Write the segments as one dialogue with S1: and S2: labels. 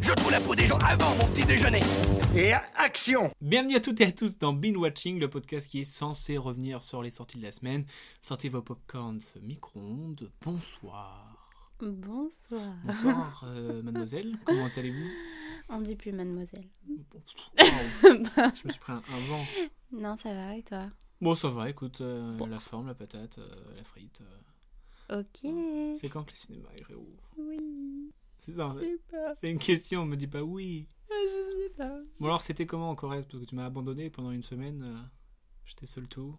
S1: Je trouve la peau des gens avant mon petit déjeuner.
S2: Et action
S3: Bienvenue à toutes et à tous dans Bean Watching, le podcast qui est censé revenir sur les sorties de la semaine. Sortez vos popcorns micro-ondes. Bonsoir.
S4: Bonsoir.
S3: Bonsoir, euh, mademoiselle. Comment allez-vous Ah.
S4: On dit plus mademoiselle.
S3: Bah.
S4: Bon,
S3: wow. Je me suis pris un, un, vent.
S4: Non, ça va et toi
S3: Bon, ça va, écoute, euh, bon. la forme, la patate, euh, la frite.
S4: Ok.
S3: Ah, C'est quand que le cinéma est réouvre
S4: Oui.
S3: C'est un... une question, on me dit pas oui.
S4: Je sais pas.
S3: Bon alors c'était comment en Corrèze Parce que tu m'as abandonné pendant une semaine. Euh, J'étais seul tout.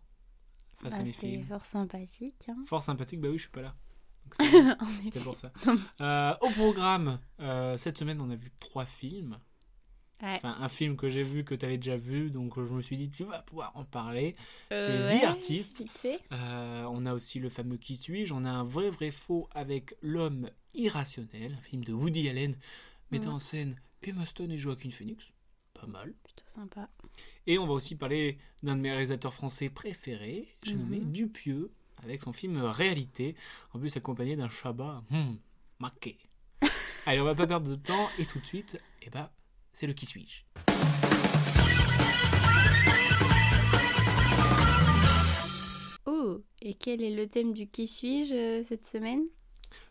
S3: Face bah, à mes filles.
S4: Ah, fort sympathique. Hein.
S3: Fort sympathique, bah oui, je suis pas là. C'était pour ça. Euh, au programme, euh, cette semaine on a vu trois films.
S4: Ouais.
S3: Enfin, un film que j'ai vu, que tu avais déjà vu, donc euh, je me suis dit, tu vas pouvoir en parler. Euh, c'est ouais, The Artist. Euh, on a aussi le fameux Qui suis-je On a un vrai, vrai faux avec L'homme irrationnel, un film de Woody Allen, mettant ouais. en scène Emma Stone et Joaquin Phoenix. Pas mal.
S4: Plutôt sympa.
S3: Et on va aussi parler d'un de mes réalisateurs français préférés, j'ai mm -hmm. nommé Dupieux, avec son film Réalité, en plus accompagné d'un Shabbat hmm, marqué. Allez, on va pas perdre de temps, et tout de suite, et eh bah. Ben, c'est le qui suis-je.
S4: Oh, et quel est le thème du qui suis-je euh, cette semaine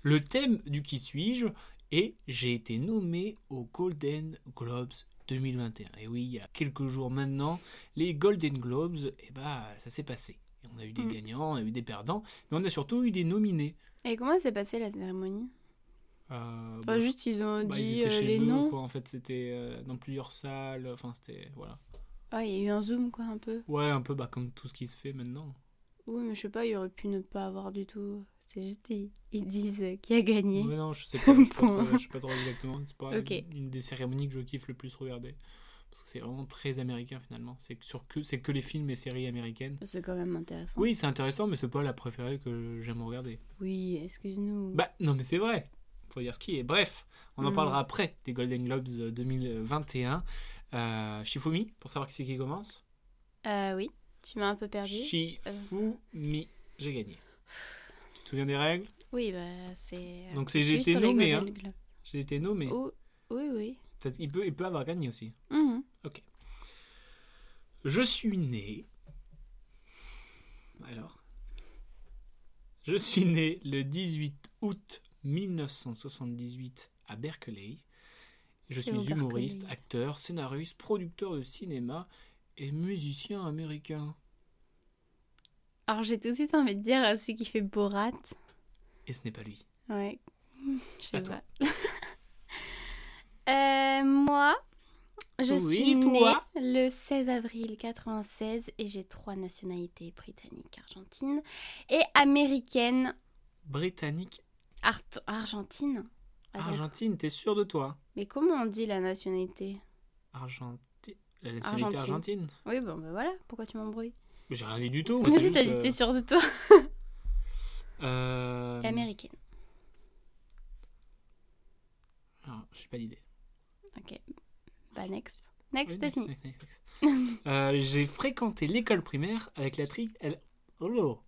S3: Le thème du qui suis-je est j'ai été nommé aux Golden Globes 2021. Et oui, il y a quelques jours maintenant, les Golden Globes, eh bah, ben, ça s'est passé. On a eu des mmh. gagnants, on a eu des perdants, mais on a surtout eu des nominés.
S4: Et comment s'est passée la cérémonie
S3: euh,
S4: enfin, bon, juste, ils ont
S3: Ah bah,
S4: dit
S3: ils chez
S4: euh, les
S3: eux,
S4: noms.
S3: Quoi. En fait, c'était euh, dans plusieurs salles. Enfin, c'était. Voilà.
S4: Ouais, Ah, il y a eu un zoom, quoi, un peu.
S3: Ouais, un peu bah, comme tout ce qui se fait maintenant.
S4: Oui, mais je sais pas, il aurait pu ne pas avoir du tout. C'est juste, ils, ils disent euh, qui a gagné.
S3: Ouais, non, je sais pas. Je sais pas, trop, je sais pas trop exactement. C'est pas okay. une, une, des cérémonies que je kiffe le plus regarder. Parce que c'est vraiment très américain finalement. C'est que, c'est que les films et séries américaines.
S4: C'est quand même intéressant.
S3: Oui, c'est intéressant, mais c'est pas la préférée que j'aime regarder.
S4: Oui, excuse-nous.
S3: Bah, non, mais c'est vrai faut dire ce qui est. Bref, on
S4: Mm.
S3: mmh. en parlera après des Golden Globes euh, 2021. Euh, Shifumi, pour savoir qui c'est qui commence
S4: euh, Oui, tu m'as un peu perdu.
S3: euh. Shifumi, j'ai gagné. tu te souviens des règles
S4: Oui, bah, c'est.
S3: Donc c'est j'ai été nommé. Hein. J'ai été nommé.
S4: Oh, oui, oui.
S3: Il peut, il peut avoir gagné aussi.
S4: Mmh.
S3: Ok. Je suis né. Alors. Je suis né le 18 août 1978 à Berkeley. Je suis humoriste, Berkeley. acteur, scénariste, producteur de cinéma et musicien américain.
S4: Alors j'ai tout de suite envie de dire à celui qui fait Borat.
S3: Et ce n'est pas lui.
S4: Ouais. Je sais pas. euh, moi, je
S3: oui,
S4: suis
S3: toi.
S4: née le 16 avril 96 et j'ai trois nationalités britannique, argentine et américaine.
S3: Britannique
S4: Ar Argentine.
S3: Argentine, t'es sûr de toi
S4: Mais comment on dit la nationalité
S3: Argentine. La nationalité argentine. argentine.
S4: Oui, bon, ben voilà. Pourquoi tu m'embrouilles
S3: J'ai rien dit du tout.
S4: Mais si t'as dit t'es sûr de toi.
S3: euh...
S4: Américaine.
S3: Non, j'ai pas d'idée.
S4: Ok. Bah next. Next,
S3: oui, next, next, next euh, j'ai fréquenté l'école primaire avec la tri... Elle... Oh,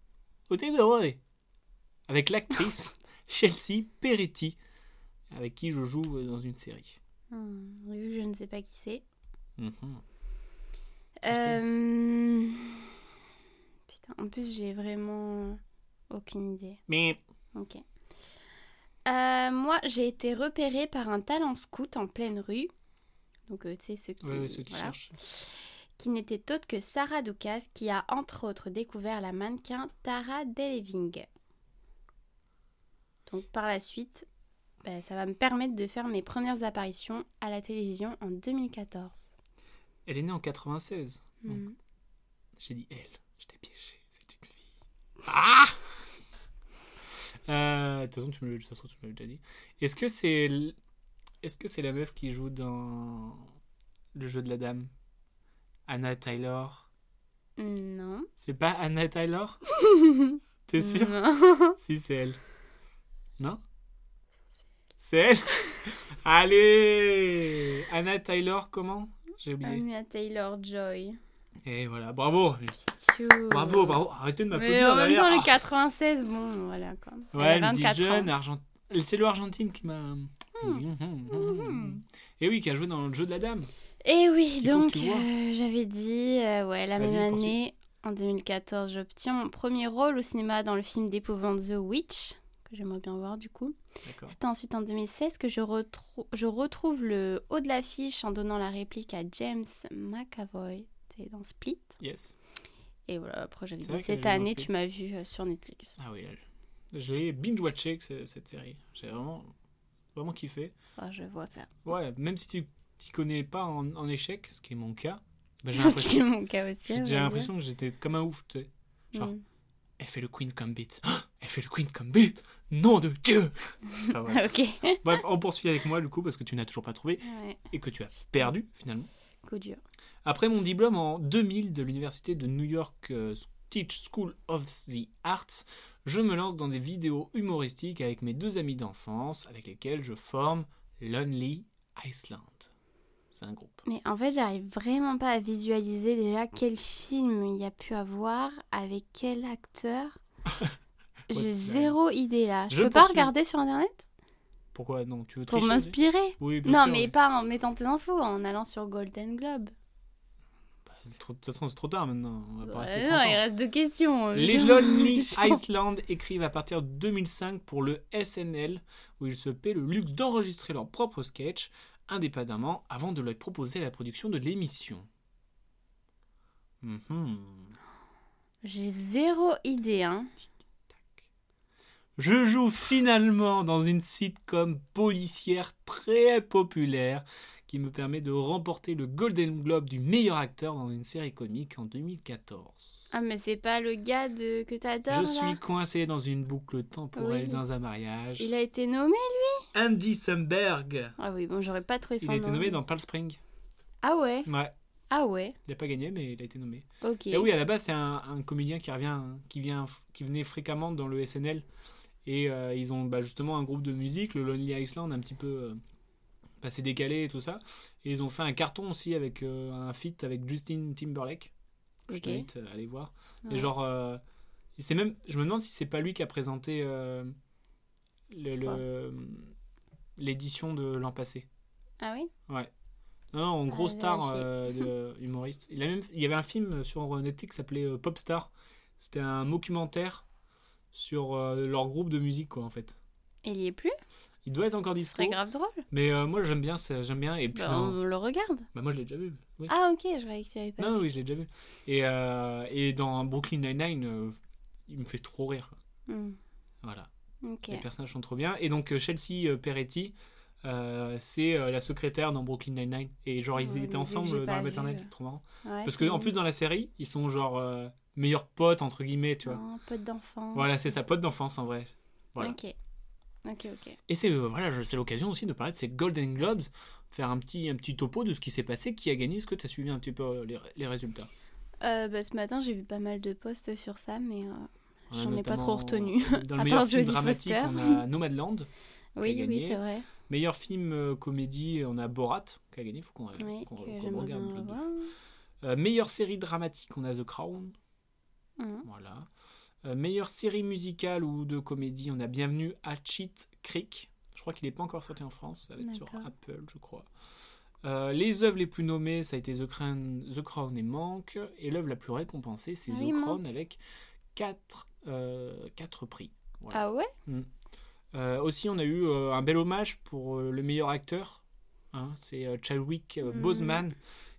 S3: Avec l'actrice Chelsea Peretti, avec qui je joue dans une série.
S4: Hum, vu que je ne sais pas qui c'est.
S3: Mmh.
S4: Euh... Putain, en plus, j'ai vraiment aucune idée.
S3: Mais.
S4: Ok. Euh, moi, j'ai été repérée par un talent scout en pleine rue. Donc, euh, tu sais, ceux qui,
S3: ouais, ceux qui voilà. cherchent.
S4: Qui n'était autre que Sarah Ducasse, qui a entre autres découvert la mannequin Tara Deleving. Donc par la suite, bah, ça va me permettre de faire mes premières apparitions à la télévision en 2014.
S3: Elle est née en 96. donc
S4: mmh.
S3: J'ai dit elle. Je t'ai piégé. C'est une fille. Ah euh, De toute façon, tu me l'avais déjà dit. Est-ce que c'est est-ce que c'est la meuf qui joue dans le jeu de la dame Anna Taylor
S4: Hmm. Non.
S3: C'est pas Anna Taylor T'es sûr
S4: Non.
S3: Si, c'est elle. Non C'est elle Allez Anna Taylor, comment J'ai oublié.
S4: Anya Taylor Joy.
S3: Et voilà, bravo
S4: Tchou.
S3: Bravo, bravo Arrêtez de m'applaudir
S4: Mais en même
S3: derrière.
S4: temps,
S3: Ah.
S4: le 96, bon, voilà quoi. Elle
S3: Ouais,
S4: a
S3: elle me dit
S4: 24
S3: jeune,
S4: ans. Hmm.
S3: Argent- C'est le Argentine qui hmm, m'a. Et oui, qui a joué dans le jeu de la dame.
S4: Et Eh oui,
S3: Il faut que
S4: donc
S3: tu vois.
S4: euh, j'avais dit, euh, ouais, la
S3: Vas-y,
S4: même
S3: poursuis.
S4: année, en 2014, j'obtiens mon premier rôle au cinéma dans le film d'épouvante The Witch, que j'aimerais bien voir du coup.
S3: D'accord.
S4: C'était ensuite en 2016 que je, retrou- je retrouve le haut de l'affiche en donnant la réplique à James McAvoy. C'est dans Split.
S3: Yes.
S4: Et voilà, après j'avais
S3: C'est
S4: dit,
S3: vrai qu'elle
S4: cette
S3: joue dans
S4: année,
S3: Split.
S4: tu m'as vu euh, sur Netflix.
S3: Ah oui, elle- je l'ai binge-watché que c'est- cette série. J'ai vraiment, vraiment kiffé.
S4: Enfin, Ah, je vois ça.
S3: Ouais, même si tu t'y connais pas en, en échec, ce qui est mon cas, bah, j'ai
S4: Ce qui est
S3: l'impression-
S4: mon cas aussi.
S3: j'ai
S4: on va
S3: j'ai
S4: dire.
S3: l'impression que j'étais comme un ouf, tu sais. genre,
S4: Mm.
S3: Elle fait le Queen Gambit. Ah, Elle fait le Queen Gambit Nom de Dieu Enfin, voilà.
S4: Ok.
S3: Bref, on poursuit avec moi, du coup, parce que tu n'as toujours pas trouvé
S4: Ouais,
S3: et que tu as perdu, finalement.
S4: coup dur.
S3: Après mon diplôme en 2000 de l'université de New York euh, Teach School of the Arts, je me lance dans des vidéos humoristiques avec mes deux amis d'enfance avec lesquels je forme Lonely Iceland. C'est un groupe.
S4: Mais en fait, j'arrive vraiment pas à visualiser déjà quel film il y a pu avoir, avec quel acteur.
S3: Ouais,
S4: J'ai
S3: ouais.
S4: zéro idée là. Je,
S3: Je
S4: peux pas
S3: poursuis.
S4: regarder sur internet
S3: Pourquoi non Tu veux
S4: pour
S3: tricher vas-y
S4: m'inspirer.
S3: Oui, bien
S4: Non,
S3: sûr,
S4: mais
S3: oui.
S4: pas en mettant tes infos, en allant sur Golden Globe.
S3: Bah, c'est trop- De toute façon, c'est trop tard maintenant. On va pas
S4: Ouais,
S3: rester
S4: Euh, non,
S3: 30 ans.
S4: il reste deux questions. euh,
S3: Les
S4: Je-
S3: Lonely
S4: je-
S3: Iceland écrivent à partir de 2005 pour le SNL, où ils se paient le luxe d'enregistrer leur propre sketch, indépendamment, avant de leur proposer la production de l'émission. Mhm.
S4: J'ai zéro idée, hein.
S3: Je joue finalement dans une sitcom policière très populaire qui me permet de remporter le Golden Globe du meilleur acteur dans une série comique en 2014.
S4: Ah, mais c'est pas le gars de... que t'adores
S3: Je
S4: là
S3: suis coincé dans une boucle temporelle
S4: Oui.
S3: dans un mariage.
S4: Il a été nommé
S3: Andy Samberg.
S4: Ah oui, bon, j'aurais pas trouvé son
S3: Il a été
S4: nom.
S3: nommé dans Palm Spring.
S4: Ah ouais
S3: Ouais,
S4: Ah ouais
S3: il n'a pas gagné, mais il a été nommé.
S4: Ok.
S3: Et Eh oui, à la base, c'est un, un comédien qui revient, qui vient, qui venait fréquemment dans le SNL. Et euh, ils ont bah, justement un groupe de musique, le Lonely Island, un petit peu euh, passé décalé et tout ça. Et ils ont fait un carton aussi avec euh, un feat avec Justin Timberlake. Je
S4: Ok.
S3: t'invite euh, à aller voir.
S4: Ouais.
S3: Et genre, euh, et c'est même, je me demande si c'est pas lui qui a présenté euh, le- le- l'édition de l'an passé.
S4: Ah oui
S3: Non, non, en gros
S4: Ah,
S3: star
S4: vérifier.
S3: euh, de- humoriste. Il, a même, il y avait un film sur Netflix qui s'appelait euh, Popstar. C'était un documentaire sur euh, leur groupe de musique, quoi, en fait.
S4: Il y est plus
S3: Il doit être encore
S4: Ce
S3: dispo.
S4: serait grave drôle.
S3: Mais euh, moi, j'aime bien. ça- J'aime bien. Et puis,
S4: Bah,
S3: dans-
S4: on le regarde.
S3: bah, moi, je l'ai déjà vu. Oui.
S4: Ah ok, je croyais que tu avais pas.
S3: non,
S4: vu.
S3: oui, je l'ai déjà vu. Et, euh, et dans Brooklyn Nine-Nine, euh, il me fait trop rire.
S4: Hmm,
S3: Voilà.
S4: ok.
S3: Les personnages sont trop bien. Et donc, euh, Chelsea euh, Peretti. euh, c'est euh, la secrétaire dans Brooklyn Nine-Nine. Et genre, ils
S4: Ouais, mais vu
S3: étaient
S4: que
S3: ensemble
S4: j'ai
S3: dans
S4: pas
S3: la maternelle,
S4: vu.
S3: c'est trop marrant.
S4: Ouais,
S3: Parce
S4: c'est
S3: que en
S4: mignon.
S3: plus dans la série, ils sont genre euh, meilleurs potes entre guillemets, tu vois.
S4: Oh, pote d'enfant.
S3: Voilà, c'est sa pote d'enfance en vrai. voilà.
S4: Ok. Ok, ok.
S3: Et c'est euh, voilà, je- c'est l'occasion aussi de parler de ces Golden Globes, faire un petit un petit topo de ce qui s'est passé, qui a gagné, est-ce que tu as suivi un petit peu euh, les, les résultats
S4: Euh, bah, ce matin, j'ai vu pas mal de posts sur ça, mais euh,
S3: On a
S4: j'en ai pas
S3: notamment,
S4: trop retenu.
S3: euh, Dans le
S4: À
S3: meilleur
S4: part
S3: film
S4: Jodie
S3: dramatique,
S4: Foster.
S3: on a Nomadland.
S4: oui, oui,
S3: gagné.
S4: c'est vrai.
S3: Meilleur film euh, comédie, on a Borat qui a gagné, faut qu'on
S4: Oui,
S3: Euh, qu'on-
S4: que
S3: qu'on
S4: j'aimerais bien
S3: regarde le
S4: le
S3: deux.
S4: voir.
S3: Euh, meilleure série dramatique, on a The Crown.
S4: Mhm.
S3: Voilà. Euh, meilleure série musicale ou de comédie, on a Bienvenue à Cheat Creek. Je crois qu'il n'est pas encore sorti en France, ça va être sur
S4: D'accord.
S3: Apple, je crois. Euh, les œuvres les plus nommées, ça a été The Crown, The Crown et Manque. Et l'œuvre la plus récompensée, c'est
S4: Ah
S3: The
S4: oui,
S3: Crown
S4: Manque.
S3: avec 4, prix. Voilà.
S4: Ah ouais
S3: Euh, aussi, on a eu euh, un bel hommage pour euh, le meilleur acteur. hein, c'est euh, Chadwick euh,
S4: Mhm.
S3: Boseman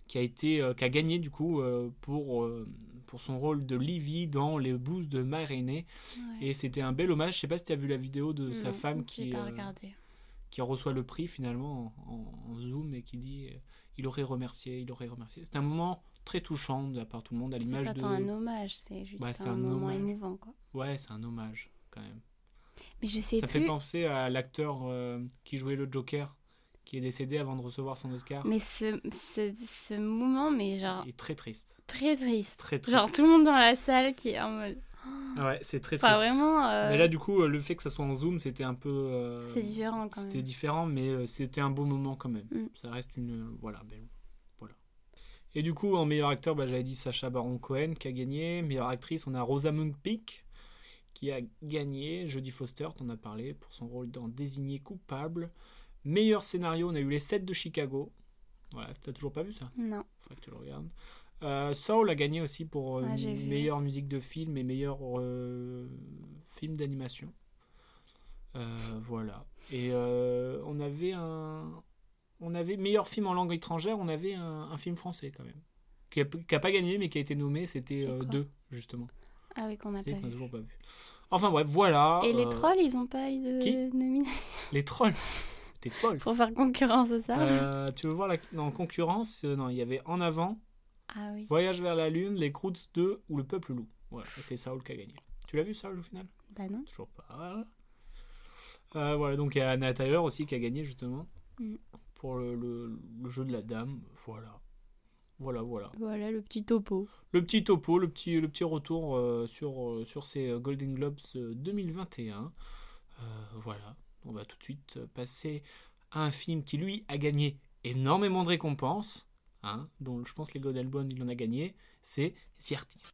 S3: qui a été, euh, qui a gagné du coup euh, pour euh, pour son rôle de Livy dans les Blues de Ma Rainey.
S4: Ouais.
S3: Et c'était un bel hommage. Je sais pas si tu as vu la vidéo de sa
S4: Non,
S3: femme
S4: j'ai
S3: qui
S4: pas
S3: euh,
S4: regardé.
S3: qui reçoit le prix finalement en, en- en zoom et qui dit euh, il aurait remercié, il aurait remercié. C'était un moment très touchant de la part de tout le monde à
S4: C'est
S3: l'image
S4: pas
S3: de.
S4: tant un hommage, c'est juste
S3: Bah, c'est
S4: un,
S3: un
S4: moment
S3: hommage.
S4: émouvant quoi.
S3: Ouais, c'est un hommage quand même.
S4: Mais je sais
S3: Ça fait
S4: plus.
S3: penser à l'acteur euh, qui jouait le Joker, qui est décédé avant de recevoir son Oscar.
S4: Mais ce, ce, ce moment, mais genre
S3: Il est très triste.
S4: très triste.
S3: Très triste.
S4: Genre tout le monde dans la salle qui est en mode.
S3: Ouais, c'est très triste.
S4: Enfin, vraiment. euh,
S3: Mais là, du coup, euh, le fait que ça soit en zoom, c'était un peu. euh,
S4: c'est différent quand
S3: C'était
S4: même.
S3: différent, mais euh, c'était un beau moment quand même.
S4: Mm.
S3: Ça reste une. Voilà, ben, voilà. Et du coup, en meilleur acteur, bah, j'avais dit Sacha Baron Cohen qui a gagné. Meilleure actrice, on a Rosamund Pike qui a gagné. Jodie Foster, t'en as parlé, pour son rôle dans Désigné coupable. Meilleur scénario, on a eu Les 7 de Chicago. Voilà, t'as toujours pas vu ça
S4: Non.
S3: Faudrait que tu le regardes. Euh, Soul a gagné aussi pour euh,
S4: Ah, j'ai vu.
S3: meilleure musique de film et meilleur euh, film d'animation. Euh, voilà. Et euh, on avait un. On avait meilleur film en langue étrangère, on avait un, un film français quand même. Qui a, qui a pas gagné mais qui a été nommé, c'était
S4: C'est
S3: euh,
S4: quoi
S3: deux justement.
S4: Ah oui, qu'on n'a
S3: C'est
S4: pas
S3: qu'on a
S4: vu.
S3: toujours pas vu. Enfin bref, voilà.
S4: Et les
S3: euh,
S4: trolls, ils ont pas eu
S3: qui
S4: de nomination
S3: Les trolls T'es folle
S4: pour faire concurrence à ça
S3: Euh, Tu veux voir la en concurrence euh, Non, il y avait En avant,
S4: Ah oui.
S3: Voyage vers la Lune, Les Croods 2 ou Le Peuple Loup. Voilà, et c'est Saul qui a gagné. Tu l'as vu, Saul, au final
S4: Bah non.
S3: Toujours pas. Euh, voilà, donc il y a Anna Taylor aussi qui a gagné, justement,
S4: Mm.
S3: pour le, le- le jeu de la dame. Voilà. Voilà, voilà.
S4: Voilà le petit topo.
S3: Le petit topo, le petit, le petit retour euh, sur, euh, sur ces euh, Golden Globes euh, 2021. Euh, voilà, on va tout de suite euh, passer à un film qui, lui, a gagné énormément de récompenses, hein, dont je pense les Golden Globes, il en a gagné, c'est The Artist.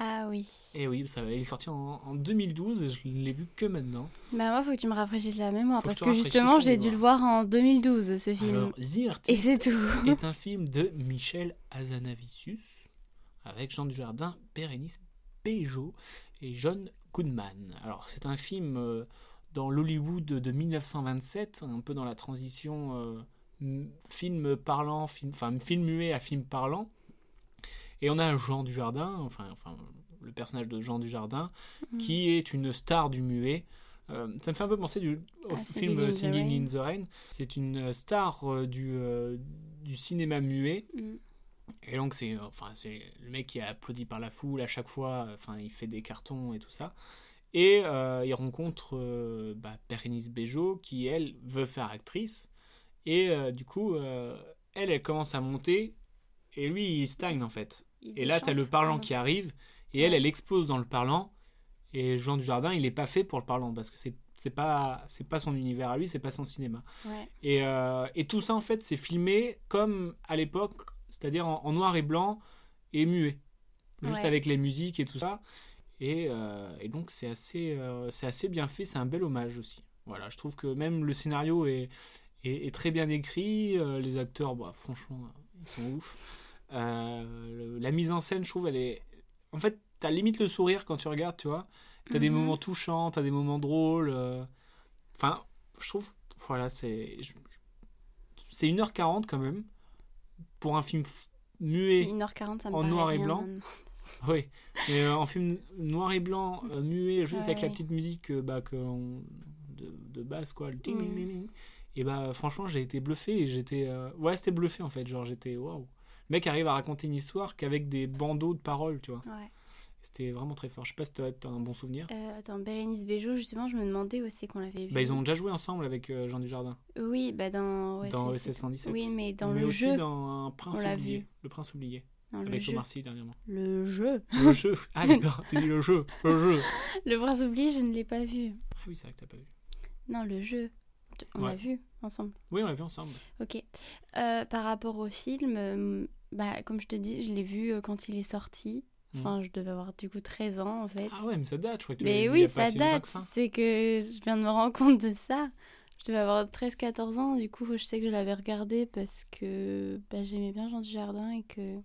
S4: Ah oui.
S3: Et Eh oui, ça, il est sorti en, en 2012 et je l'ai vu que maintenant.
S4: Bah moi, faut que tu me rafraîchisses la mémoire
S3: Faut que
S4: parce
S3: je te
S4: que
S3: rafraîchisse
S4: justement,
S3: la
S4: j'ai dû le voir en 2012 ce film.
S3: Alors, The Artist
S4: Et c'est tout.
S3: est un film de Michel Azanavicius avec Jean Dujardin, Bérénice Bejo et John Goodman. Alors c'est un film euh, dans l'Hollywood de 1927, un peu dans la transition euh, m- film parlant, film, enfin film muet à film parlant. Et on a Jean Dujardin, enfin, enfin le personnage de Jean Dujardin, qui est une star du muet. Euh, ça me fait un peu penser du, au
S4: Ah,
S3: film euh, Singing in the Rain. C'est une euh, star euh, du, euh, du cinéma muet.
S4: Mm.
S3: Et donc, c'est euh, enfin, c'est le mec qui est applaudi par la foule à chaque fois. Enfin, il fait des cartons et tout ça. Et euh, il rencontre euh, bah, Bérénice Bejo, qui, elle, veut faire actrice. Et euh, du coup, euh, elle, elle commence à monter. Et lui, il stagne, en fait. Et là, tu as le parlant qui arrive, et elle,
S4: Ouais.
S3: elle explose dans le parlant. Et Jean Dujardin, il n'est pas fait pour le parlant, parce que c'est c'est pas c'est pas son univers à lui, c'est pas son cinéma.
S4: Ouais.
S3: Et, euh, et tout ça, en fait, c'est filmé comme à l'époque, c'est-à-dire en, en noir et blanc et muet, juste
S4: Ouais.
S3: avec les musiques et tout ça. Et, euh, et donc, c'est assez, euh, c'est assez bien fait, c'est un bel hommage aussi. Voilà, je trouve que même le scénario est, est, est très bien écrit, euh, les acteurs, bah, franchement, ils sont ouf. Euh, le- la mise en scène, je trouve, elle est. En fait, t'as limite le sourire quand tu regardes, tu vois. T'as des
S4: Mhm.
S3: moments touchants, t'as des moments drôles. euh, Enfin, je trouve, voilà, c'est. je- je- C'est 1h40 quand même. Pour un film f- muet.
S4: 1h40, ça me
S3: en
S4: paraît
S3: noir et
S4: rien,
S3: blanc.
S4: maintenant.
S3: Oui. Mais euh, en film noir et blanc, euh, muet, juste avec la
S4: Ouais.
S3: petite musique euh, bah, que on- de, de basse, quoi. Le ding,
S4: Mm.
S3: ding, ding, ding. Et bah, franchement, j'ai été bluffé. et J'étais. euh, Ouais, c'était bluffé en fait. Genre, j'étais. Waouh. Le mec arrive à raconter une histoire qu'avec des bandeaux de paroles, tu vois.
S4: Ouais.
S3: C'était vraiment très fort. Je sais pas si t'as t'as un bon souvenir.
S4: Euh, attends, Bérénice Bejo, justement, je me demandais où c'est qu'on l'avait vu.
S3: Bah, ils ont déjà joué ensemble avec euh, Jean Dujardin.
S4: Oui, bah dans OSS.
S3: dans OSS 117.
S4: Oui, mais dans
S3: mais
S4: le
S3: aussi
S4: jeu.
S3: dans un Prince
S4: On l'a
S3: oublié.
S4: vu.
S3: Le Prince oublié.
S4: Dans le
S3: avec
S4: jeu.
S3: Omar Sy dernièrement.
S4: Le jeu.
S3: Le jeu. Ah d'accord, t'as dit le jeu. Le jeu.
S4: Le bras oublié, je ne l'ai pas vu.
S3: Ah oui, c'est vrai que t'as pas vu.
S4: Non, le jeu. Tu- On
S3: Ouais.
S4: l'a vu ensemble.
S3: Oui, on l'a vu ensemble.
S4: Ok. Euh, par rapport au film, euh, bah, comme je te dis, je l'ai vu euh, quand il est sorti.
S3: Mhm.
S4: Enfin, je devais avoir du coup 13 ans en fait.
S3: Ah ouais, mais ça date, je crois que tu l'avais
S4: Mais
S3: vu il y a
S4: oui,
S3: pas
S4: ça
S3: si longtemps
S4: date.
S3: que ça.
S4: C'est que je viens de me rendre compte de ça. Je devais avoir 13-14 ans. Du coup, je sais que je l'avais regardé parce que bah, j'aimais bien Jean Dujardin et que.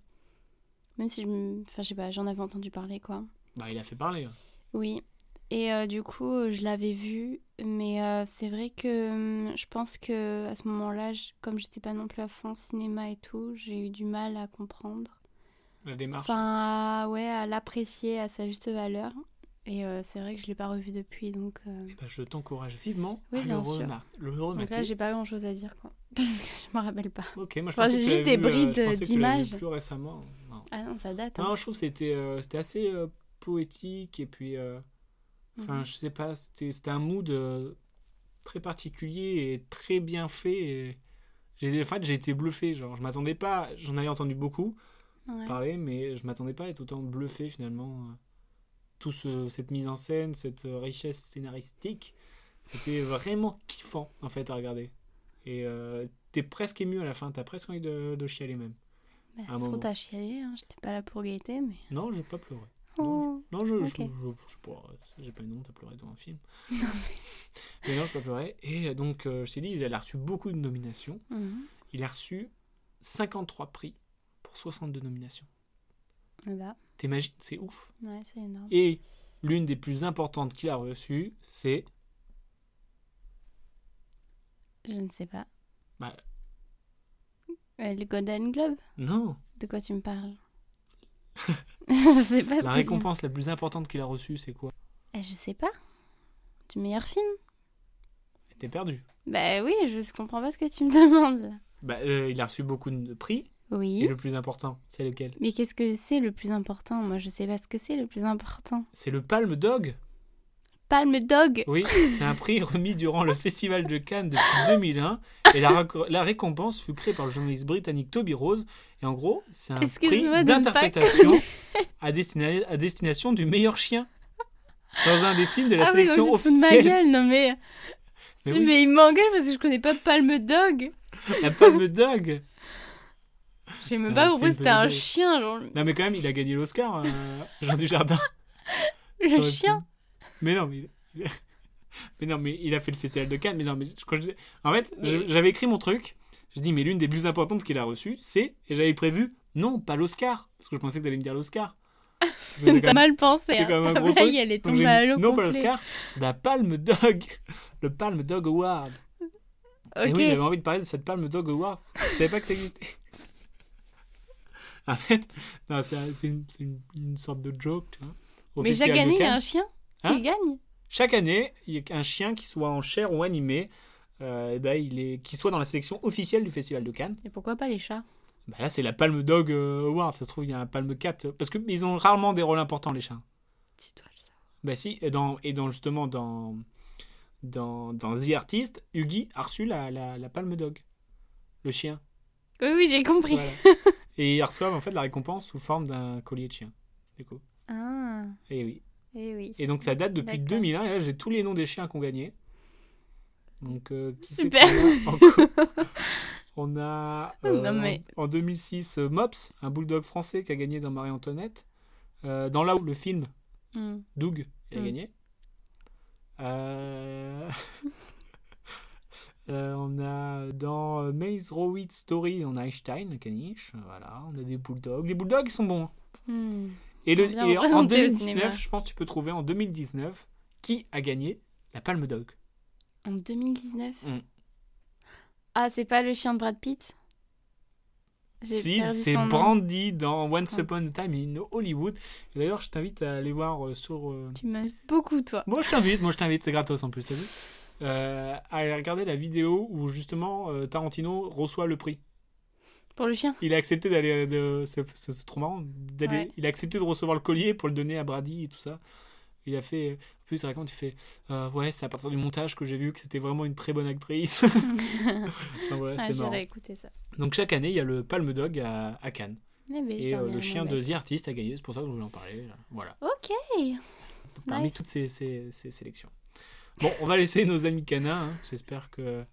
S4: Même si je. me- Enfin, je sais pas, j'en avais entendu parler quoi.
S3: Bah, il a fait parler.
S4: Oui. Et euh, du coup, euh, je l'avais vu. Mais euh, c'est vrai que hum, je pense que à ce moment-là, je- comme j'étais pas non plus à fond cinéma et tout, j'ai eu du mal à comprendre.
S3: La démarche.
S4: Enfin, à- ouais, à l'apprécier à sa juste valeur. Et euh, c'est vrai que je l'ai pas revu depuis, donc. euh,
S3: Eh ben, je t'encourage vivement
S4: Oui,
S3: à le,
S4: bien sûr.
S3: remar- le
S4: Donc
S3: remater.
S4: là, j'ai pas grand chose à dire, quoi. Parce que je me rappelle pas.
S3: ok, moi je
S4: Enfin,
S3: pensais
S4: j'ai
S3: que tu
S4: juste
S3: l'avais
S4: des
S3: vu, euh, je
S4: brides, euh,
S3: pensais que tu l'avais vu
S4: d'images.
S3: Plus récemment. Non.
S4: Ah non, ça date. hein.
S3: Non, je trouve que c'était euh, c'était assez euh, poétique et puis. euh, Enfin,
S4: Mhm.
S3: je sais pas, c'était c'était un mood euh, très particulier et très bien fait. et J'ai- En fait, j'ai été bluffé. Genre, je m'attendais pas. J'en avais entendu beaucoup
S4: Ouais.
S3: parler, mais je m'attendais pas à être autant bluffé finalement. euh. Tout ce, cette mise en scène, cette euh, richesse scénaristique, c'était vraiment kiffant en fait à regarder. Et euh, t'es presque ému à la fin. T'as presque envie de, de chialer même.
S4: Bah,
S3: un
S4: se
S3: moment.
S4: trouve, t'as chialé, hein, j'étais pas là pour gaieté, mais.
S3: Non, j'ai pas pleuré.
S4: Oh.
S3: Non, je, je-
S4: Ok.
S3: je, je sais pas, j'ai pas une honte à pleurer devant un film. mais... non, j'ai pas pleuré. Et donc, euh, je t'ai dit, elle a reçu beaucoup de nominations.
S4: Mhm.
S3: Il a reçu 53 prix pour 62 nominations.
S4: Là,
S3: T'imagines, c'est ouf.
S4: Bah, ouais, c'est énorme.
S3: Et l'une des plus importantes qu'il a reçues, c'est
S4: Je ne sais pas.
S3: bah,
S4: Euh, le Golden Globe
S3: non,
S4: De quoi tu me parles Je sais pas.
S3: la
S4: de quoi tu me-
S3: récompense la plus importante qu'il a reçue, c'est quoi
S4: Eh, je sais pas. Du meilleur film
S3: T'es perdu.
S4: Bah oui, je je comprends pas ce que tu me demandes là.
S3: Bah, euh, il a reçu beaucoup de prix. Et
S4: Oui.
S3: le plus important, c'est lequel
S4: Mais qu'est-ce que c'est le plus important Moi, je sais pas ce que c'est le plus important.
S3: C'est le Palme Dog.
S4: Palme Dog
S3: Oui, c'est un prix remis durant le Festival de Cannes depuis 2001. Et la, rac- la récompense fut créée par le journaliste britannique Toby Rose. Et en gros, c'est un prix
S4: Excuse-moi de ne pas
S3: d'interprétation à, destina- à destination du meilleur chien. Dans un des films de la
S4: Ah oui,
S3: sélection
S4: comme tu te fous de ma
S3: officielle.
S4: gueule, non mais. euh,
S3: Mais
S4: Mais,
S3: oui.
S4: il m'engueule parce que je connais pas Palme Dog.
S3: La Palme Dog.
S4: Je sais même
S3: Ah,
S4: pas
S3: c'était
S4: pourquoi
S3: une
S4: c'était un
S3: bonne idée.
S4: chien, genre
S3: Non, mais quand même, il a gagné l'Oscar, euh, Jean Dujardin.
S4: le
S3: J'aurais pu-
S4: chien.
S3: Mais non, mais. il- Mais non, mais il a fait le festival de Cannes. Mais non, mais je- quand je- En fait, je- j'avais écrit mon truc. Je dis, mais l'une des plus importantes qu'il a reçues, c'est. Et j'avais prévu, non, pas l'Oscar. Parce que je pensais que t'allais me dire l'Oscar. Parce que c'est quand
S4: T'as
S3: même-
S4: mal pensé.
S3: c'est
S4: Hein.
S3: quand même un
S4: Ta
S3: gros
S4: blague,
S3: truc.
S4: elle est
S3: donc j'ai
S4: tombée à
S3: mis,
S4: l'eau.
S3: Non, pas
S4: complet.
S3: l'Oscar. La Palme Dog. Le Palme Dog Award. Et
S4: Ok.
S3: Eh oui, j'avais envie de parler de cette Palme Dog Award. Je savais pas que ça existait. en fait, non, c'est un- c'est une, c'est une- une sorte de joke, tu vois. Au
S4: mais
S3: Festival
S4: Jacques
S3: de
S4: Gagné, il y
S3: Cannes.
S4: a un chien
S3: Hein
S4: qui gagne.
S3: Chaque année, il y a un chien qui soit en chair ou animé, euh, eh ben, il est, qui soit dans la sélection officielle du Festival de Cannes.
S4: Et pourquoi pas les chats
S3: Bah là, c'est la Palme Dog euh, Award. Ça se trouve, il y a un Palme 4. Parce que ils ont rarement des rôles importants, les chiens.
S4: Tu dois le savoir.
S3: Bah si, et dans, et dans justement, dans, dans, dans The Artist, Huggy a reçu la, la, la Palme Dog, le chien.
S4: Oui, oui, j'ai compris.
S3: Voilà. et ils reçoivent en fait la récompense sous forme d'un collier de chien. Du coup.
S4: Ah,
S3: Et oui.
S4: et oui.
S3: Et donc ça date depuis
S4: D'accord.
S3: 2001. Et là, j'ai tous les noms des chiens qu'on gagnait. Donc, euh, qui c'est
S4: Super.
S3: qu'on a en co- On a euh,
S4: Non, mais-
S3: en en 2006 euh, Mops, un bulldog français qui a gagné dans Marie-Antoinette. Euh, dans là où le film
S4: Hmm.
S3: Doug il a
S4: Mm.
S3: gagné. Euh, euh, on a dans euh, Maze Rowit Story, on a Einstein, le caniche. Voilà, on a des bulldogs. Les bulldogs ils sont bons.
S4: Hmm.
S3: Et, le,
S4: sont bien
S3: et en
S4: représentés au cinéma.
S3: 2019, je pense que tu peux trouver en 2019 qui a gagné la Palme Dog.
S4: En 2019
S3: Hmm.
S4: Ah, c'est pas le chien de Brad Pitt J'ai
S3: Si,
S4: perdu
S3: c'est
S4: son nom.
S3: Brandy dans Once Upon
S4: Brandy.
S3: a Time in Hollywood. Et D'ailleurs, je t'invite à aller voir euh, sur. euh,
S4: Tu m'invites beaucoup, toi.
S3: Moi, je t'invite, moi, je t'invite, c'est gratos en plus, t'as vu Euh, À aller regarder la vidéo où justement euh, Tarantino reçoit le prix.
S4: Pour le chien
S3: Il a accepté d'aller. de- C'est c'est- c'est trop marrant. d'aller-
S4: Ouais.
S3: Il a accepté de recevoir le collier pour le donner à Brady et tout ça. Il a fait. En plus, il raconte, il fait euh, Ouais, c'est à partir du montage que j'ai vu que c'était vraiment une très bonne actrice. Enfin, voilà,
S4: Ah,
S3: c'était marrant.
S4: j'irai écouter ça.
S3: Donc, chaque année, il y a le Palme Dog à, à Cannes.
S4: Eh ben, je
S3: Et euh,
S4: dormirai
S3: le
S4: mon
S3: chien Hmm. de
S4: bête.
S3: The Artist a gagné, c'est pour ça que je voulais en parler. Voilà.
S4: Ok
S3: Parmi
S4: Nice.
S3: toutes ces, ces- ces sélections. Bon, on va laisser nos amis canins. hein. J'espère que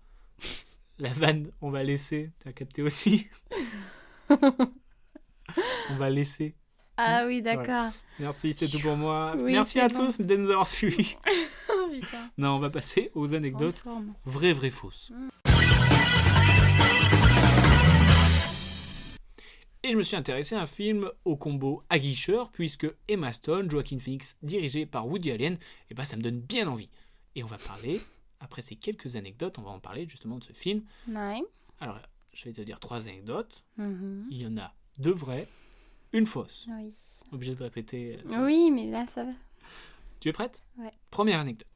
S3: la vanne, on va laisser. T'as capté aussi On va laisser.
S4: Ah oui, d'accord.
S3: Merci, c'est tout pour moi.
S4: Oui,
S3: Merci
S4: c'est
S3: à
S4: bon.
S3: tous de nous avoir suivis.
S4: Oh, putain,
S3: Non, on va passer aux
S4: grande
S3: anecdotes
S4: forme.
S3: vraies, vraies, fausses. Et je me suis intéressé à un film au combo aguicheur, puisque Emma Stone, Joaquin Phoenix, dirigé par Woody Allen, et ben ça me donne bien envie. Et on va parler, après ces quelques anecdotes, on va en parler justement de ce film.
S4: Ouais.
S3: Alors, je vais te dire trois anecdotes.
S4: Mhm.
S3: Il y en a deux vraies, une fausse.
S4: Oui.
S3: Obligé de répéter. euh,
S4: Oui, mais là, ça va.
S3: Tu es prête
S4: Ouais.
S3: Première anecdote.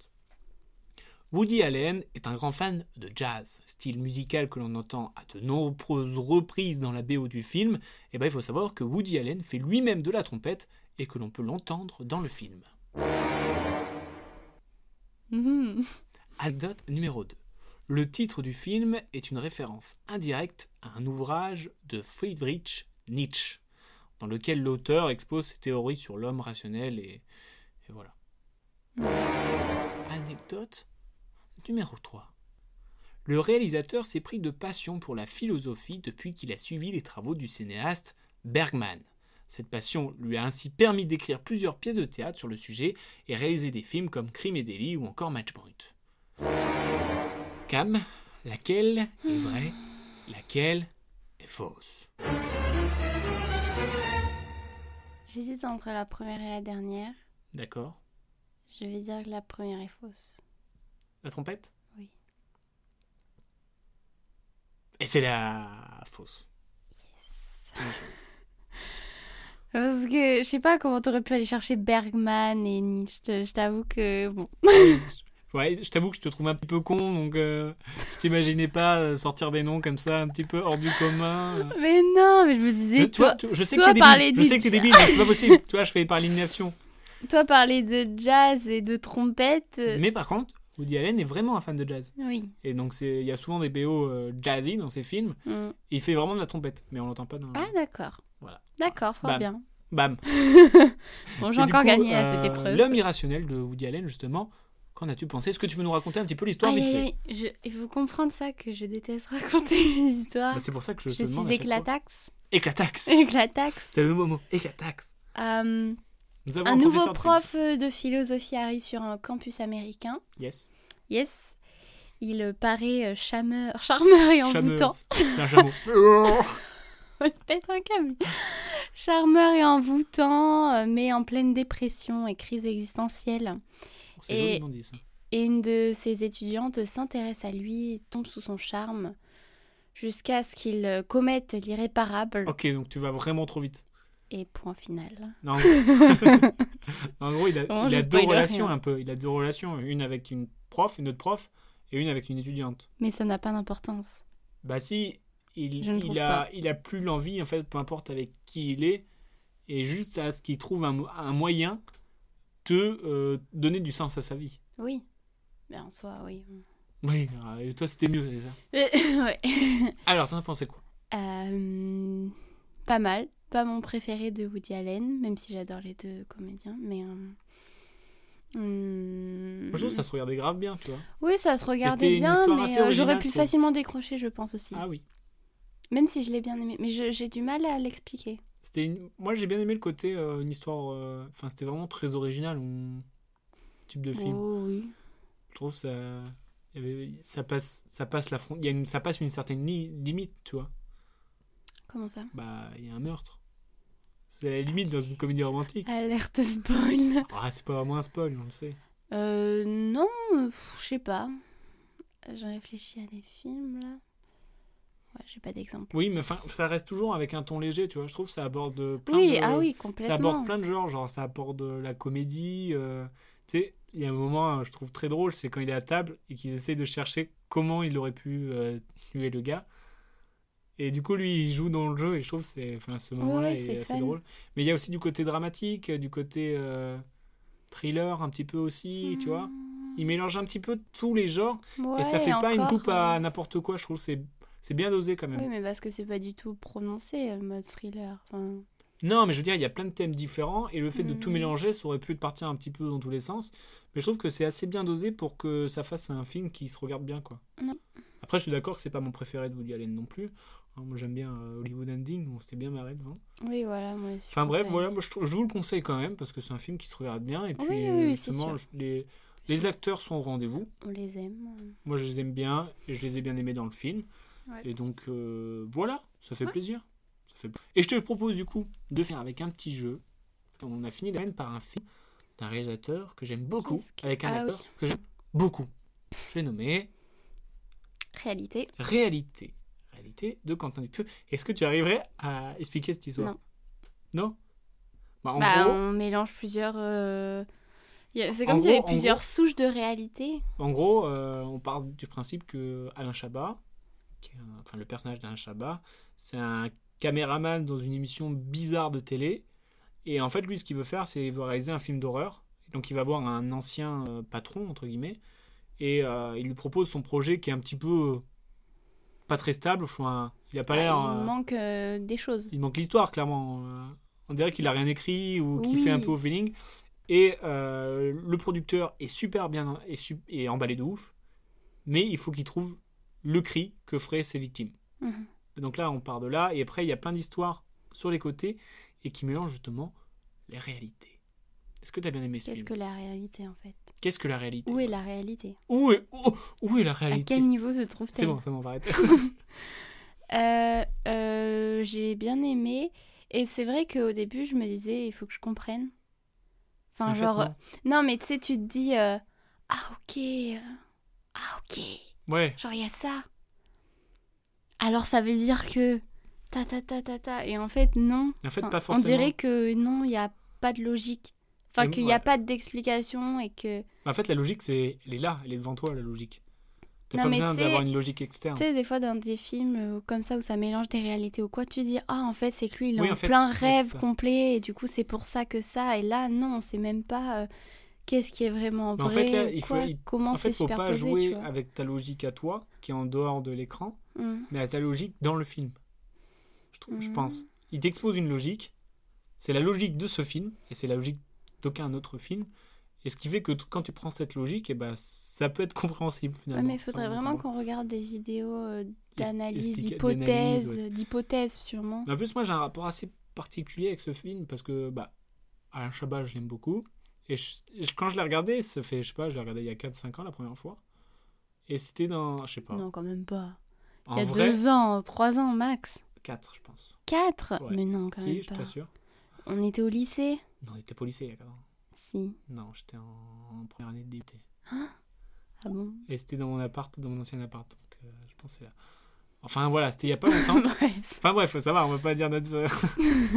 S3: Woody Allen est un grand fan de jazz, style musical que l'on entend à de nombreuses reprises dans la BO du film. Et ben, il faut savoir que Woody Allen fait lui-même de la trompette et que l'on peut l'entendre dans le film.
S4: Mhm. Hmm.
S3: Anecdote numéro 2. Le titre du film est une référence indirecte à un ouvrage de Friedrich Nietzsche, dans lequel l'auteur expose ses théories sur l'homme rationnel et, et voilà. Anecdote numéro 3. Le réalisateur s'est pris de passion pour la philosophie depuis qu'il a suivi les travaux du cinéaste Bergman. Cette passion lui a ainsi permis d'écrire plusieurs pièces de théâtre sur le sujet et réaliser des films comme Crime et délit ou encore Matchpoint. Cam, laquelle est
S4: Hmm.
S3: vraie, laquelle est fausse
S4: J'hésite entre la première et la dernière.
S3: D'accord
S4: Je vais dire que la première est fausse.
S3: La trompette
S4: Oui.
S3: Et c'est la fausse.
S4: Parce que je sais pas comment t'aurais pu aller chercher Bergman et Nietzsche. Je t'avoue que bon.
S3: Ouais, je t'avoue que je te trouve un petit peu con, donc euh, je t'imaginais pas euh, sortir des noms comme ça, un petit peu hors du commun.
S4: Mais non, mais je me
S3: Je,
S4: disais,
S3: tu vois,
S4: toi,
S3: tu- je sais
S4: toi,
S3: que t'es
S4: parler
S3: débile, je sais que t'es débile, mais c'est pas possible. tu vois, je fais par élimination.
S4: toi parler de jazz et de trompette. euh,
S3: Mais par contre, Woody Allen est vraiment un fan de jazz.
S4: Oui.
S3: Et donc, c'est- il y a souvent des BO euh, jazzy dans ses films.
S4: Mm.
S3: Et il fait vraiment de la trompette, mais on l'entend pas dans.
S4: Ah d'accord.
S3: Voilà.
S4: D'accord, fort
S3: Bam.
S4: bien.
S3: Bam
S4: Bon,
S3: Et
S4: j'ai
S3: du
S4: encore
S3: coup,
S4: gagné à
S3: euh,
S4: cette épreuve.
S3: L'homme irrationnel de Woody Allen, justement, qu'en as-tu pensé Est-ce que tu peux nous raconter un petit peu l'histoire
S4: Aïe,
S3: vite
S4: aïe,
S3: fait
S4: aïe. Je- Il faut comprendre ça que je déteste raconter les histoires.
S3: Bah, C'est pour ça que je, te
S4: je
S3: demande
S4: suis
S3: à chaque fois.
S4: éclataxe.
S3: Éclataxe
S4: Éclataxe.
S3: C'est le nouveau mot, éclataxe
S4: Euh,
S3: Nous avons
S4: un nouveau
S3: professeur de
S4: prof de philosophie arrive sur un campus américain.
S3: philosophie. Yes.
S4: Yes. Il euh, paraît euh, chameur, charmeur et
S3: Chameur.
S4: envoûtant.
S3: C'est un chameau.
S4: On te pète un câble. Charmeur et envoûtant, euh, mais en pleine dépression et crise existentielle.
S3: C'est
S4: Et-
S3: joliment dit, ça.
S4: Et une de ses étudiantes s'intéresse à lui et tombe sous son charme jusqu'à ce qu'il euh, commette l'irréparable.
S3: Ok, donc tu vas vraiment trop vite.
S4: Et point final.
S3: Non. en gros, il a,
S4: Vraiment,
S3: il
S4: je
S3: a deux
S4: spoil rien.
S3: relations un peu. Il a deux relations, une avec une prof, une autre prof, et une avec une étudiante.
S4: Mais ça n'a pas d'importance.
S3: Bah si, il,
S4: Je ne
S3: il
S4: trouve
S3: a,
S4: pas.
S3: il a plus l'envie, en fait, peu importe avec qui il est, et juste à ce qu'il trouve un, mo- un moyen de euh, donner du sens à sa vie.
S4: Oui. Mais en soi, oui.
S3: Oui, euh, et toi c'était mieux, c'est ça.
S4: Ouais.
S3: Alors, t'en as pensé quoi
S4: Euh, pas mal. Pas mon préféré de Woody Allen, même si j'adore les deux comédiens. Mais. euh, hum,
S3: Moi, je trouve que ça se regardait grave bien, tu vois.
S4: Oui, ça se
S3: c'était
S4: regardait
S3: une
S4: bien,
S3: histoire assez
S4: mais euh, j'aurais
S3: originale,
S4: pu
S3: je trouve.
S4: facilement décrocher, je pense aussi.
S3: Ah oui.
S4: Même si je l'ai bien aimé. Mais je- j'ai du mal à l'expliquer.
S3: C'était une- Moi, j'ai bien aimé le côté euh, une histoire. euh, Enfin, c'était vraiment très original, on- type de film.
S4: Oh, oui.
S3: Je trouve ça. il y avait- Ça passe, ça passe la fron- il y a une, ça passe une certaine li- limite, tu vois.
S4: Comment ça
S3: Bah, il y a un meurtre. C'est la limite dans une comédie romantique.
S4: Alerte spoil.
S3: Ah, c'est pas vraiment un spoil, on le sait.
S4: Euh, non, euh, pff, je sais pas. J'ai réfléchi à des films là. Ouais, j'ai pas d'exemple.
S3: Oui, mais enfin, ça reste toujours avec un ton léger, tu vois. Je trouve que ça aborde plein
S4: Oui,
S3: de...
S4: ah oui,
S3: Ça
S4: complètement.
S3: aborde plein de genres, genre ça aborde la comédie. euh, Tu sais, il y a un moment, euh, je trouve très drôle, c'est quand il est à table et qu'ils essayent de chercher comment il aurait pu euh, tuer le gars. Et du coup, lui, il joue dans le jeu et je trouve que c'est, enfin, ce moment-là
S4: ouais,
S3: est
S4: c'est
S3: assez
S4: fun.
S3: drôle. Mais il y a aussi du côté dramatique, euh, du côté euh, thriller un petit peu aussi,
S4: Mhm.
S3: tu vois.
S4: Mmh.
S3: Il mélange un petit peu tous les genres
S4: Ouais,
S3: et ça fait pas une
S4: encore,
S3: coupe à
S4: euh,
S3: n'importe quoi. Je trouve que c'est, c'est bien dosé quand même.
S4: Oui, mais parce que c'est pas du tout prononcé euh, le mode thriller. Enfin,
S3: Non, mais je veux dire, il y a plein de thèmes différents et le fait de tout
S4: Mm.
S3: mélanger, ça aurait pu partir un petit peu dans tous les sens. Mais je trouve que c'est assez bien dosé pour que ça fasse un film qui se regarde bien, quoi.
S4: Non.
S3: Après, je suis d'accord que c'est pas mon préféré de Woody Allen non plus. Hein, moi, j'aime bien euh, Hollywood Ending, on s'était bien marré devant.
S4: oui, voilà. Moi, je
S3: Enfin
S4: pense
S3: bref,
S4: à-
S3: voilà, moi, je, trou- je vous le conseille quand même parce que c'est un film qui se regarde bien et puis
S4: oui,
S3: euh,
S4: oui, c'est
S3: justement, je- les, les acteurs sont au rendez-vous.
S4: On les aime. euh,
S3: Moi, je les aime bien et je les ai bien aimés dans le film.
S4: Ouais.
S3: Et donc, euh, voilà, ça fait plaisir. Ça fait... Et je te propose du coup de faire avec un petit jeu. On a fini la semaine par un film d'un réalisateur que j'aime beaucoup,
S4: Qu'est-ce que-
S3: avec un
S4: Ah
S3: acteur
S4: oui.
S3: que j'aime beaucoup. Je l'ai nommé
S4: Réalité.
S3: Réalité. Réalité de Quentin Dupieux. Est-ce que tu arriverais à expliquer cette histoire Non. Non Bah, en
S4: bah,
S3: gros,
S4: on mélange plusieurs. euh, y a- C'est
S3: En
S4: comme s'il y
S3: gros-
S4: avait
S3: en
S4: plusieurs
S3: gros-
S4: souches de réalité.
S3: En gros, euh, on part du principe que Alain Chabat, qui est un- enfin, le personnage d'Alain Chabat, c'est un caméraman dans une émission bizarre de télé. Et en fait, lui, ce qu'il veut faire, c'est il veut réaliser un film d'horreur. Donc, il va voir un ancien euh, patron, entre guillemets, et euh, il lui propose son projet qui est un petit peu euh, pas très stable. Enfin, il a pas l'air.
S4: Ah,
S3: euh,
S4: Il manque euh, des choses.
S3: il manque l'histoire, clairement. Euh, On dirait qu'il a rien écrit ou qu'il
S4: Oui.
S3: fait un peu au feeling. Et euh, le producteur est super bien et, su- et emballé de ouf, mais il faut qu'il trouve le cri que feraient ses victimes.
S4: Mhm.
S3: Donc là, on part de là, et après, il y a plein d'histoires sur les côtés et qui mélangent justement les réalités. Est-ce que tu as bien aimé ce
S4: Qu'est-ce
S3: film
S4: que la réalité en fait
S3: Qu'est-ce que la réalité
S4: Où est la réalité
S3: où est, oh, où est la
S4: À
S3: réalité
S4: quel niveau se
S3: C'est
S4: trouve-t-elle
S3: bon, c'est bon, on va arrêter.
S4: Euh, euh, J'ai bien aimé. Et c'est vrai qu'au début, je me disais, il faut que je comprenne. Enfin,
S3: En fait,
S4: genre. euh,
S3: non.
S4: Non, mais tu sais, tu te dis, euh, ah ok, euh, ah ok,
S3: Ouais,
S4: genre il y a ça. Alors ça veut dire que ta ta ta ta ta. Et en fait, non.
S3: en fait,
S4: Enfin,
S3: pas
S4: on
S3: forcément.
S4: dirait que non, il n'y a pas de logique. Enfin,
S3: Mais
S4: qu'il n'y a
S3: ouais.
S4: pas d'explication et que.
S3: En fait, la logique, c'est... elle est là, elle est devant toi, la logique. T'as
S4: Non,
S3: pas
S4: mais
S3: besoin
S4: tu sais-
S3: d'avoir une logique externe.
S4: Tu sais, des fois dans des films euh, comme ça où ça mélange des réalités ou quoi, tu dis Ah, en fait, c'est que lui, il est
S3: Oui,
S4: en
S3: en fait,
S4: plein
S3: oui, c'est
S4: rêve
S3: ça.
S4: complet et du coup, c'est pour ça que ça. Et là, non, on sait même pas euh, qu'est-ce qui est vraiment
S3: Mais en
S4: vrai.
S3: fait, là,
S4: ou
S3: il faut-
S4: quoi,
S3: il-
S4: Comment
S3: En fait,
S4: c'est
S3: faut pas
S4: superposé, tu
S3: jouer
S4: vois.
S3: avec ta logique à toi, qui est en dehors de l'écran,
S4: Mm.
S3: mais à ta logique dans le film. Je, trouve, je
S4: Mhm.
S3: pense. Il t'expose une logique, c'est la logique de ce film, et c'est la logique d'aucun autre film. Et ce qui fait que t- quand tu prends cette logique, et ben, ça peut être compréhensible
S4: Ouais,
S3: finalement.
S4: mais il faudrait
S3: Ça, on
S4: vraiment
S3: comprend.
S4: qu'on regarde des vidéos euh, d'analyse,
S3: explica-
S4: d'hypothèses,
S3: d'analyse,
S4: d'hypothèses sûrement.
S3: Mais en plus, moi, j'ai un rapport assez particulier avec ce film parce que, bah, Alain Chabat, je l'aime beaucoup. Et je- je- quand je l'ai regardé, ça fait, je sais pas, je l'ai regardé il y a 4-5 ans la première fois. Et c'était dans, je sais pas,
S4: Non, quand même pas.
S3: en
S4: il y a
S3: vrai,
S4: deux ans, trois ans max.
S3: 4, je pense.
S4: Quatre
S3: Ouais.
S4: Mais non, quand
S3: si,
S4: même
S3: je
S4: pas.
S3: t'assure.
S4: On était au lycée
S3: Non, il était policier il y a 4 ans.
S4: Si.
S3: Non, j'étais en, en première année de DUT.
S4: Ah bon
S3: Et c'était dans mon appart, dans mon ancien appart. Donc, euh, je pense que c'est là. Enfin, voilà, c'était il y a pas longtemps.
S4: Bref.
S3: Enfin bref, ça va, on va pas dire notre.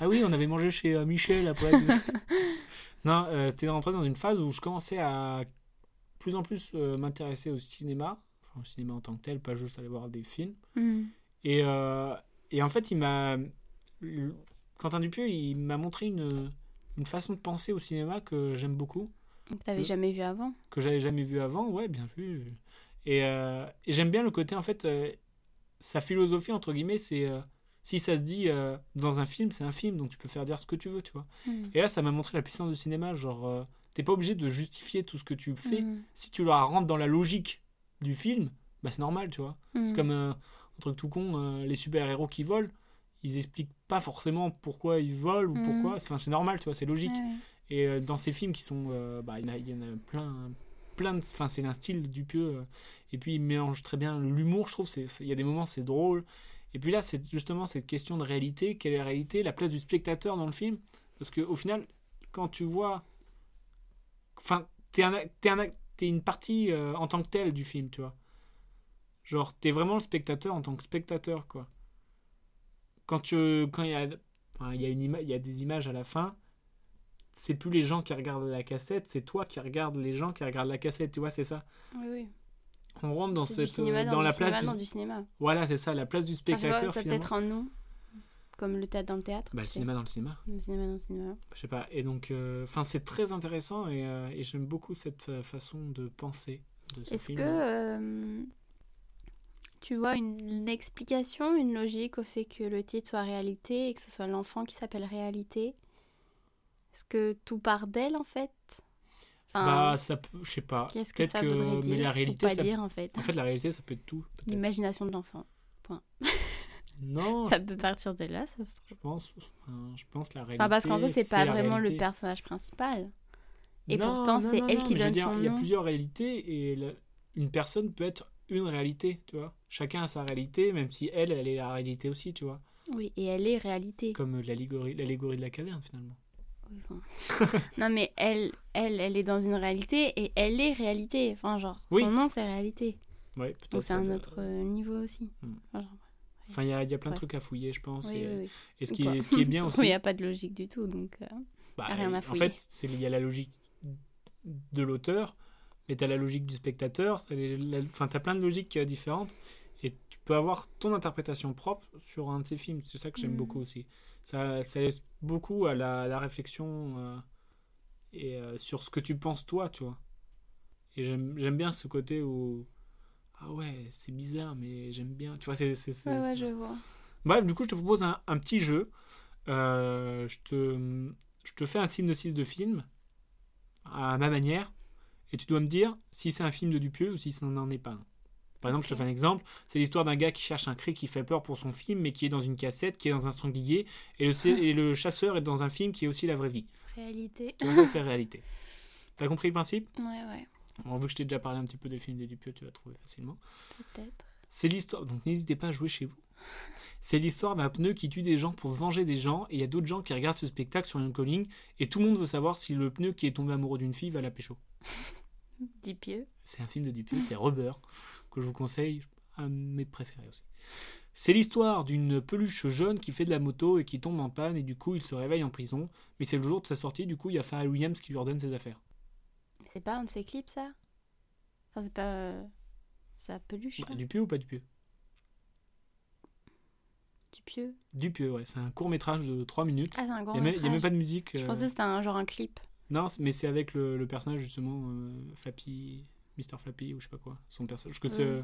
S3: ah oui, on avait mangé chez euh, Michel après. non, euh, c'était rentré dans une phase où je commençais à plus en plus euh, m'intéresser au cinéma, enfin au cinéma en tant que tel, pas juste aller voir des films.
S4: Mm.
S3: Et, euh, et en fait, il m'a. le- Quentin Dupieux, il m'a montré une, une façon de penser au cinéma que j'aime beaucoup
S4: Que t'avais
S3: Euh,
S4: jamais vu avant.
S3: que j'avais jamais vu avant, ouais, bien vu. Et, euh, et j'aime bien le côté, en fait, euh, sa philosophie, entre guillemets, c'est euh, si ça se dit euh, dans un film, c'est un film, donc tu peux faire dire ce que tu veux, tu vois.
S4: Mm.
S3: Et là, ça m'a montré la puissance du cinéma, genre, euh, t'es pas obligé de justifier tout ce que tu fais.
S4: Mm.
S3: Si tu la rentres dans la logique du film, bah c'est normal, tu vois. C'est
S4: Mm.
S3: comme euh, un truc tout con, euh, les super-héros qui volent, ils expliquent pas forcément pourquoi ils volent ou
S4: Mm.
S3: pourquoi. Enfin, c'est normal, tu vois, c'est logique.
S4: Ouais, ouais.
S3: Et euh, dans ces films qui sont. euh, bah, il y en a- il y, en a plein. plein de, enfin, c'est un style du pieux. euh, et puis, il mélange très bien l'humour, je trouve. c'est- Il y a des moments, c'est drôle. Et puis là, c'est justement cette question de réalité. Quelle est la réalité La place du spectateur dans le film Parce qu'au final, quand tu vois. Enfin, t'es un, ac- t'es un ac- t'es une partie euh, en tant que telle du film, tu vois. Genre, t'es vraiment le spectateur en tant que spectateur, quoi. Quand tu. Quand il y a. enfin, il y, a une ima- il y a des images à la fin c'est plus les gens qui regardent la cassette, c'est toi qui regardes les gens qui regardent la cassette, tu vois, c'est ça.
S4: Oui, oui.
S3: On rentre dans
S4: C'est
S3: cette
S4: du cinéma
S3: euh,
S4: dans,
S3: dans
S4: du
S3: la
S4: cinéma
S3: place
S4: dans
S3: du...
S4: du cinéma.
S3: voilà, c'est ça, la place du
S4: Enfin, je vois,
S3: spectateur
S4: ça peut
S3: finalement.
S4: être un nom, comme le théâtre dans le théâtre.
S3: Bah, le
S4: c'est-
S3: cinéma dans le cinéma,
S4: Le cinéma dans le cinéma.
S3: je sais pas. Et donc euh, enfin c'est très intéressant et, euh, et j'aime beaucoup cette euh, façon de penser de ce
S4: Est-ce
S3: film.
S4: que euh, tu vois une, une explication, une logique au fait que le titre soit réalité et que ce soit l'enfant qui s'appelle réalité Est-ce que tout part d'elle en fait Enfin,
S3: Bah ça peut je sais pas.
S4: Qu'est-ce que
S3: Peut-être
S4: ça voudrait dire
S3: mais la
S4: ou
S3: réalité
S4: pas
S3: ça...
S4: dire en fait
S3: en fait la réalité ça peut être tout. peut-être.
S4: L'imagination de l'enfant.
S3: Non,
S4: Ça peut partir de là, ça se trouve.
S3: je pense enfin, je pense la réalité.
S4: Enfin, parce qu'en soi, c'est pas
S3: la
S4: vraiment le
S3: réalité.
S4: personnage principal. Et
S3: Non,
S4: pourtant,
S3: non,
S4: c'est
S3: non,
S4: elle
S3: non,
S4: qui
S3: mais je veux
S4: donne
S3: dire,
S4: son
S3: Il y a
S4: nom.
S3: plusieurs réalités et la- une personne peut être une réalité, tu vois. Chacun a sa réalité, même si elle, elle est la réalité aussi, tu vois.
S4: Oui, et elle est réalité.
S3: Comme l'allégorie l'allégorie de la caverne, finalement.
S4: Oui, bon. non, mais elle, elle, elle est dans une réalité et elle est réalité. Enfin, genre,
S3: Oui.
S4: son nom, c'est réalité.
S3: Ouais, peut-être.
S4: Donc, c'est un
S3: euh,
S4: autre euh, niveau aussi.
S3: Hmm.
S4: Enfin, genre,
S3: Enfin, il y a, il y a plein de
S4: Ouais.
S3: trucs à fouiller, je pense.
S4: oui,
S3: et,
S4: oui, oui.
S3: et euh, ce,
S4: Ou
S3: qui
S4: quoi.
S3: est, ce qui est bien
S4: Ça se
S3: aussi.
S4: trouve, Il n'y a pas de logique du tout. Donc, euh,
S3: bah,
S4: rien à
S3: en
S4: fouiller.
S3: fait, c'est- il y a la logique de l'auteur, mais t'as la logique du spectateur. t'as les- la- Enfin, t'as plein de logiques euh, différentes. Et tu peux avoir ton interprétation propre sur un de ces films. C'est ça que j'aime
S4: Mm.
S3: beaucoup aussi. Ça, ça laisse beaucoup à la, la réflexion euh, et euh, sur ce que tu penses toi, tu vois. Et j'aime j'aime bien ce côté où. Ah ouais, c'est bizarre, mais j'aime bien. Tu vois, c'est. c'est- c'est-
S4: Ouais, ouais,
S3: c'est-
S4: je vois.
S3: Bref, du coup, je te propose un, un petit jeu. Euh, je, te, je te fais un synopsis de film, à ma manière, et tu dois me dire si c'est un film de Dupieux ou si ça n'en est pas un. Par exemple, je te fais un exemple. C'est l'histoire d'un gars qui cherche un cri qui fait peur pour son film, mais qui est dans une cassette, qui est dans un sanglier, et le, et le chasseur est dans un film qui est aussi la vraie vie.
S4: Réalité.
S3: Tu vois, ça, c'est la réalité. T'as compris le principe
S4: Ouais, ouais,
S3: Bon, vu que je t'ai déjà parlé un petit peu des films de Dupieux, tu vas trouver facilement.
S4: peut-être.
S3: C'est l'histoire, donc n'hésitez pas à jouer chez vous. C'est l'histoire d'un pneu qui tue des gens pour se venger des gens, et il y a d'autres gens qui regardent ce spectacle sur une colline, et tout le monde veut savoir si le pneu qui est tombé amoureux d'une fille va la pécho.
S4: Dit pieux.
S3: C'est un film de Dupieux, c'est Rubber, que je vous conseille, un de mes préférés aussi. C'est l'histoire d'une peluche jeune qui fait de la moto et qui tombe en panne, et du coup il se réveille en prison, mais c'est le jour de sa sortie, du coup il y a Pharrell Williams qui lui ordonne ses affaires.
S4: Mais C'est pas un de ses clips, ça Enfin, c'est pas. euh, Sa peluche,
S3: Bah,
S4: hein,
S3: Dupieux ou pas Dupieux
S4: du pieux.
S3: Dupieux, ouais, c'est un court métrage de 3 minutes.
S4: Ah, c'est un grand
S3: Il n'y a,
S4: métrage.
S3: même pas de musique.
S4: Je
S3: euh,
S4: pensais que c'était un, genre un clip.
S3: Non, c- mais c'est avec le, le personnage justement euh, Flappy, Mr Flappy ou je sais pas quoi, son personnage. Que c'est,
S4: Ouais.
S3: euh,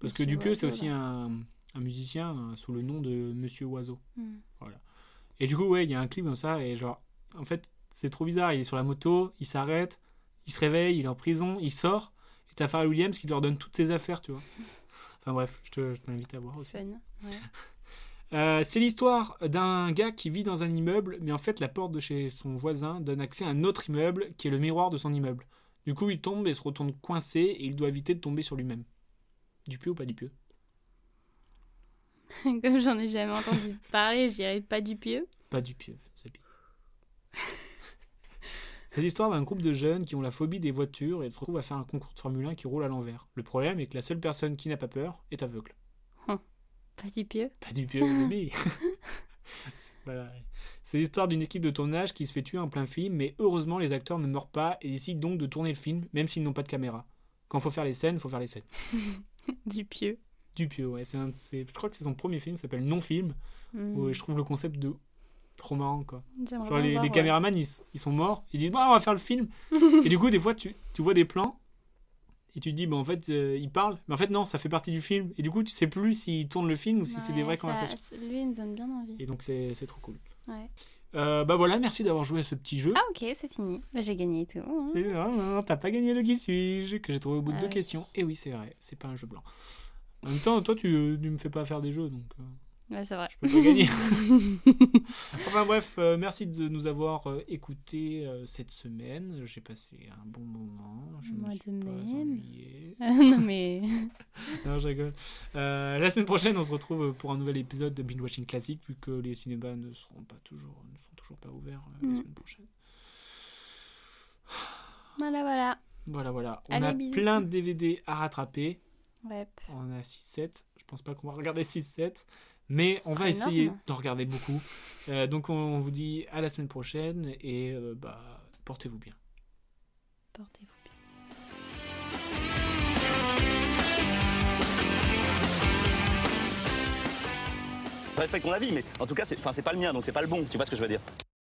S3: Parce que
S4: Monsieur
S3: Dupieux c'est
S4: Oiseau,
S3: aussi
S4: là.
S3: un, un musicien euh, sous le nom de Monsieur Oiseau.
S4: Hmm.
S3: Et du coup ouais, il y a un clip comme ça et genre en fait c'est trop bizarre. Il est sur la moto, il s'arrête, il se réveille, il est en prison, il sort. Et t'as Pharrell Williams qui leur donne toutes ses affaires, tu vois. Enfin bref, je te- je t'invite à voir aussi.
S4: Fun. Ouais.
S3: Euh, c'est l'histoire d'un gars qui vit dans un immeuble, mais en fait la porte de chez son voisin donne accès à un autre immeuble qui est le miroir de son immeuble. Du coup, il tombe et se retourne coincé et il doit éviter de tomber sur lui-même. Du pieu ou pas du pieu
S4: Comme j'en ai jamais entendu parler, je dirais pas du pieux.
S3: Pas du pieu, c'est pire. c'est l'histoire d'un groupe de jeunes qui ont la phobie des voitures et se retrouvent à faire un concours de Formule 1 qui roule à l'envers. Le problème est que la seule personne qui n'a pas peur est aveugle.
S4: Pas du pieux.
S3: Pas du pieu, bébé C'est- voilà. C'est l'histoire d'une équipe de tournage qui se fait tuer en plein film, mais heureusement les acteurs ne meurent pas et décident donc de tourner le film, même s'ils n'ont pas de caméra. Quand faut faire les scènes, faut faire les scènes.
S4: Du pieux.
S3: Dupieux, ouais, c'est un de ses- je crois que c'est son premier film, ça s'appelle Non-Film,
S4: Hmm.
S3: où je trouve le concept de trop marrant quoi. Genre
S4: J'aimerais bien
S3: les,
S4: voir,
S3: les
S4: ouais.
S3: caméramans ils, s- ils sont morts, ils disent bah on va faire le film. et du coup des fois tu, tu vois des plans et tu te dis bah en fait euh, ils parlent, mais en fait non ça fait partie du film et du coup tu sais plus s'ils tournent le film ou si c'est des
S4: Ouais,
S3: vraies
S4: ça-
S3: conversations.
S4: c'est- Lui, il me donne bien envie.
S3: Et donc c'est c'est trop cool.
S4: Ouais.
S3: Euh, bah voilà, merci d'avoir joué à ce petit jeu.
S4: Ah, ok, c'est fini. Bah, j'ai gagné et tout. hein.
S3: C'est- ah, non, T'as pas gagné le qui suis-je que j'ai trouvé au bout de
S4: Ah
S3: deux
S4: oui.
S3: questions. Et oui, c'est vrai, c'est pas un jeu blanc. En même temps, toi, tu, tu me fais pas faire des jeux, donc euh,
S4: Ouais, Bah, c'est vrai.
S3: je peux pas gagner. enfin bref, euh, merci de nous avoir euh, écoutés euh, cette semaine. J'ai passé un bon moment. Je
S4: Moi
S3: me
S4: de
S3: suis pas
S4: même.
S3: ennuyé.
S4: non, mais.
S3: Non, je rigole. Euh, la semaine prochaine, on se retrouve pour un nouvel épisode de Binge Watching Classique, vu que les cinémas ne seront pas toujours, ne sont toujours pas ouverts euh,
S4: Mm.
S3: la semaine prochaine.
S4: Voilà, voilà.
S3: Voilà, voilà. On
S4: Allez,
S3: a
S4: bisous.
S3: plein de DVD à rattraper.
S4: Ouais.
S3: On a 6-7. Je pense pas qu'on va regarder 6-7. Mais
S4: Ce
S3: on va
S4: serait
S3: essayer
S4: énorme.
S3: d'en regarder beaucoup. Euh, donc on vous dit à la semaine prochaine et euh, bah, portez-vous bien.
S4: Portez-vous bien.
S5: Je respecte ton avis, mais en tout cas, c'est enfin, c'est pas le mien, donc c'est pas le bon. Tu vois ce que je veux dire